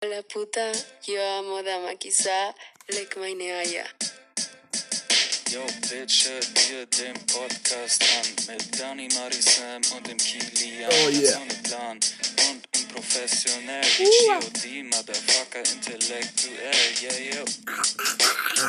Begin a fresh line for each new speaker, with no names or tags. La puta, yo amo dama, quizá lek meine Eier.
Yo, Bitche, wir dem Podcast an mit Dani, Mari, Sam und dem Kilian.
Oh, yeah.
Ohne Plan und unprofessionell. Uh. GOD, Motherfucker, intellektuell. Yeah, yo.